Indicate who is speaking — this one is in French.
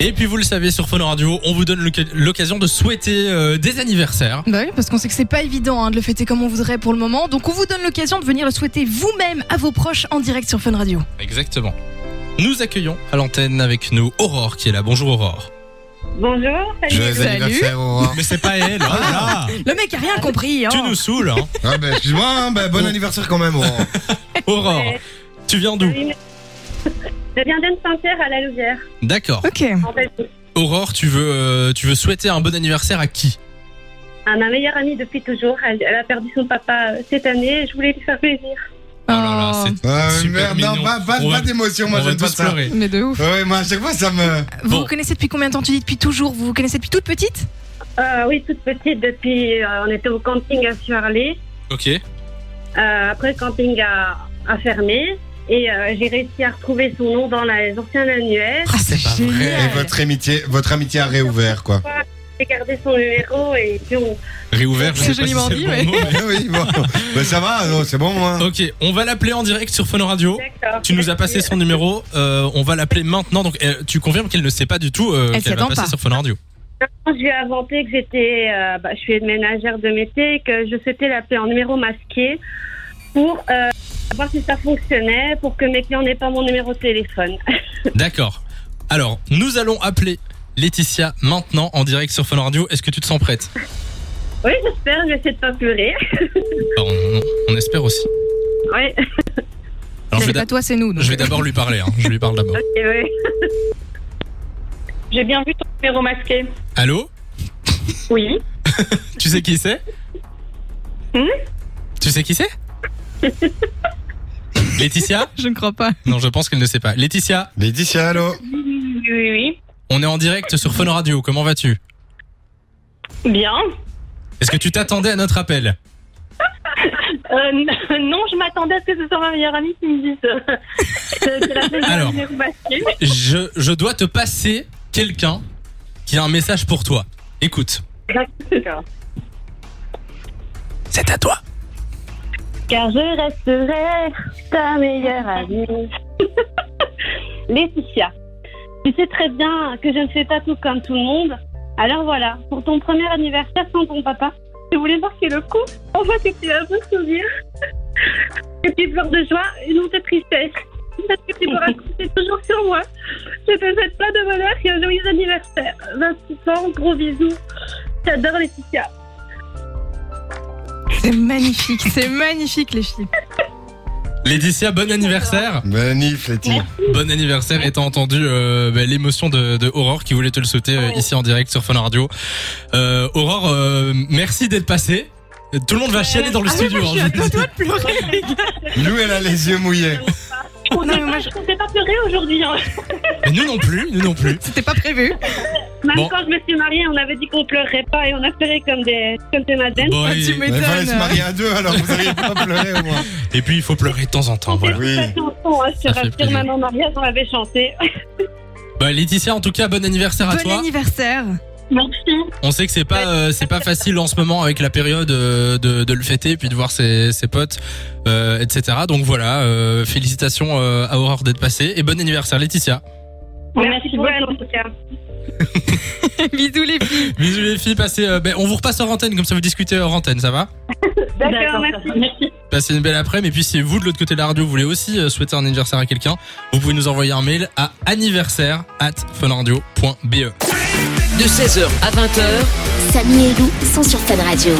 Speaker 1: Et puis vous le savez sur Phone Radio, on vous donne l'oc- l'occasion de souhaiter euh, des anniversaires.
Speaker 2: Bah oui, parce qu'on sait que c'est pas évident hein, de le fêter comme on voudrait pour le moment. Donc on vous donne l'occasion de venir le souhaiter vous-même à vos proches en direct sur Fun Radio.
Speaker 1: Exactement. Nous accueillons à l'antenne avec nous Aurore qui est là. Bonjour Aurore.
Speaker 3: Bonjour, salut.
Speaker 4: Joyeux
Speaker 2: Salut.
Speaker 4: anniversaire, Aurore.
Speaker 1: Mais c'est pas elle. oh là là.
Speaker 2: Le mec a rien compris. hein.
Speaker 1: Ah, Tu nous saoules. hein.
Speaker 4: Ah, bah, excuse-moi, hein, bah, bon anniversaire quand même, Aurore.
Speaker 1: Aurore, tu viens d'où
Speaker 3: Salut. Je viens d'Anne Saint-Pierre à la Louvière,
Speaker 1: D'accord.
Speaker 2: Ok.
Speaker 3: en Belgique.
Speaker 1: Aurore, tu veux, euh, tu veux souhaiter un bon anniversaire à qui
Speaker 3: À ma meilleure amie depuis toujours. Elle, elle a perdu son papa euh, cette année. Je voulais lui faire plaisir.
Speaker 1: Oh là là,
Speaker 2: Oh,
Speaker 1: c'est
Speaker 4: Ah,
Speaker 1: super
Speaker 4: merde, non,
Speaker 1: mignon.
Speaker 4: pas, pas,
Speaker 1: On va-
Speaker 4: pas d'émotion, moi,
Speaker 1: on va
Speaker 4: j'aime pas
Speaker 1: tous
Speaker 4: ça.
Speaker 1: pleurer.
Speaker 2: Mais de ouf.
Speaker 4: Ouais, moi, à chaque fois, ça me.
Speaker 2: Vous
Speaker 1: Bon.
Speaker 2: vous connaissez depuis combien de temps Tu dis depuis toujours. Vous vous connaissez depuis toute petite
Speaker 3: Euh, oui, toute petite, depuis. euh, on était au camping à Suarlé.
Speaker 1: Ok.
Speaker 3: Euh, après, le camping a, a fermé. Et euh, j'ai réussi à retrouver son nom dans la- les anciens annuaires.
Speaker 2: Ah, c'est
Speaker 1: pas
Speaker 4: Et
Speaker 2: génial.
Speaker 4: votre amitié, votre amitié a réouvert, quoi.
Speaker 3: J'ai gardé son numéro et puis on.
Speaker 1: Réouvert, je
Speaker 2: C'est
Speaker 1: sais pas si
Speaker 2: joliment
Speaker 1: c'est
Speaker 2: dit,
Speaker 1: le bon
Speaker 2: ouais.
Speaker 1: mot, mais-
Speaker 4: Ah oui, bon. Bah, ça va, non, c'est bon, hein. moi.
Speaker 1: Ok, on va l'appeler en direct sur Phone Radio.
Speaker 3: D'accord.
Speaker 1: Tu nous as passé son numéro, euh, on va l'appeler maintenant. Donc euh, tu confirmes qu'elle ne sait pas du tout euh,
Speaker 2: Elle s'y
Speaker 1: qu'elle va
Speaker 2: attend
Speaker 1: passer
Speaker 2: pas.
Speaker 1: sur Phone Radio.
Speaker 3: Je lui ai inventé que j'étais, euh, bah, je suis ménagère de métier, et que je souhaitais l'appeler en numéro masqué pour euh, voir si ça fonctionnait, pour que mes clients n'aient pas mon numéro de téléphone.
Speaker 1: D'accord. Alors, nous allons appeler Laetitia maintenant en direct sur Fun Radio. Est-ce que tu te sens prête
Speaker 3: Oui, j'espère, j'essaie de pas pleurer.
Speaker 1: Bah, on, on espère aussi.
Speaker 3: Oui,
Speaker 1: Alors, je vais,
Speaker 2: C'est pas
Speaker 1: d'a-
Speaker 2: toi, c'est nous. donc.
Speaker 1: je vais d'abord lui parler. hein. Je lui parle d'abord.
Speaker 3: ok, oui.
Speaker 5: J'ai bien vu ton numéro masqué.
Speaker 1: Allô
Speaker 5: Oui.
Speaker 1: Tu sais qui c'est
Speaker 5: Hmm
Speaker 1: Tu sais qui c'est Laetitia
Speaker 2: Je ne crois pas.
Speaker 1: Non, je pense qu'elle ne sait pas. Laetitia,
Speaker 4: Laetitia, allô
Speaker 5: Oui, oui,
Speaker 1: on est en direct sur Fun Radio. Comment vas-tu
Speaker 5: oui. Bien.
Speaker 1: Est-ce que tu t'attendais à notre appel
Speaker 5: Euh, n- non, je m'attendais à ce que ce soit ma meilleure amie qui me dise euh, que- que la personne a
Speaker 1: Alors.
Speaker 5: un numéro masqué.
Speaker 1: je, je dois te passer quelqu'un qui a un message pour toi. Écoute.
Speaker 5: D'accord.
Speaker 1: C'est à toi.
Speaker 3: Car je resterai ta meilleure amie. Laetitia, tu sais très bien que je ne fais pas tout comme tout le monde. Alors voilà, pour ton premier anniversaire sans ton papa, je voulais marquer le coup. On voit que tu as un beau sourire, que tu pleures de joie et non de tristesse. Parce que tu pourras compter toujours sur moi. Je te souhaite plein de bonheur et un joyeux anniversaire. 26 ans, gros bisous. J'adore Laetitia.
Speaker 2: C'est magnifique. C'est magnifique, les filles.
Speaker 1: Laetitia, bon anniversaire.
Speaker 4: Manif, Laetitia.
Speaker 1: Bon anniversaire étant entendu euh, bah, l'émotion de, de Aurore qui voulait te le souhaiter euh, ici en direct sur Fun Radio. Euh, Aurore, euh, merci d'être passée. Tout le monde va chialer dans le
Speaker 2: Ah, mais
Speaker 1: studio.
Speaker 2: moi, je
Speaker 1: hein,
Speaker 2: suis
Speaker 1: je
Speaker 2: à
Speaker 1: vous
Speaker 2: deux
Speaker 1: le dis.
Speaker 2: doigts de pleurer.
Speaker 4: Lou, elle a les yeux mouillés.
Speaker 2: Non,
Speaker 5: On ne
Speaker 2: mais moi,
Speaker 5: je... pas pleurer aujourd'hui. hein.
Speaker 1: Mais nous non plus, nous non plus.
Speaker 2: C'était pas prévu.
Speaker 3: Même
Speaker 1: Bon.
Speaker 3: quand je me suis mariée, on avait dit qu'on pleurerait pas et on a pleuré comme des, comme des madeleines.
Speaker 1: Bon,
Speaker 2: Ah, tu
Speaker 1: et,
Speaker 4: Ben, Il
Speaker 2: m'étonnes.
Speaker 4: fallait se marier à deux, alors vous auriez pas pleuré, au moins.
Speaker 1: et puis il faut pleurer de temps en temps. Voilà.
Speaker 4: Oui.
Speaker 3: Cette chanson, hein, je te
Speaker 1: Ça fait
Speaker 3: rassure,
Speaker 1: plaisir.
Speaker 3: même en mariage, on l'avait chantée.
Speaker 1: Bah, Laetitia, en tout cas, bon anniversaire à
Speaker 2: Bon
Speaker 1: toi.
Speaker 2: anniversaire.
Speaker 5: Merci.
Speaker 1: On sait que c'est pas euh, c'est pas facile en ce moment avec la période euh, de, de le fêter puis de voir ses, ses potes euh, etc. Donc voilà euh, félicitations euh, à Aurore d'être passée et bon anniversaire Laetitia.
Speaker 5: Merci
Speaker 3: Merci
Speaker 5: beaucoup.
Speaker 3: pour elle, en tout cas.
Speaker 2: Bisous, les filles.
Speaker 1: Bisous les filles passez euh, ben, on vous repasse hors antenne comme ça vous discutez hors antenne ça va
Speaker 3: D'accord,
Speaker 5: ça va.
Speaker 3: merci.
Speaker 5: Merci.
Speaker 1: Passez une belle après mais puis si vous de l'autre côté de la radio vous voulez aussi euh, souhaiter un anniversaire à quelqu'un vous pouvez nous envoyer un mail à anniversaire at E.
Speaker 6: de 16h à 20h.
Speaker 7: Samy et Lou sont sur Fan Radio.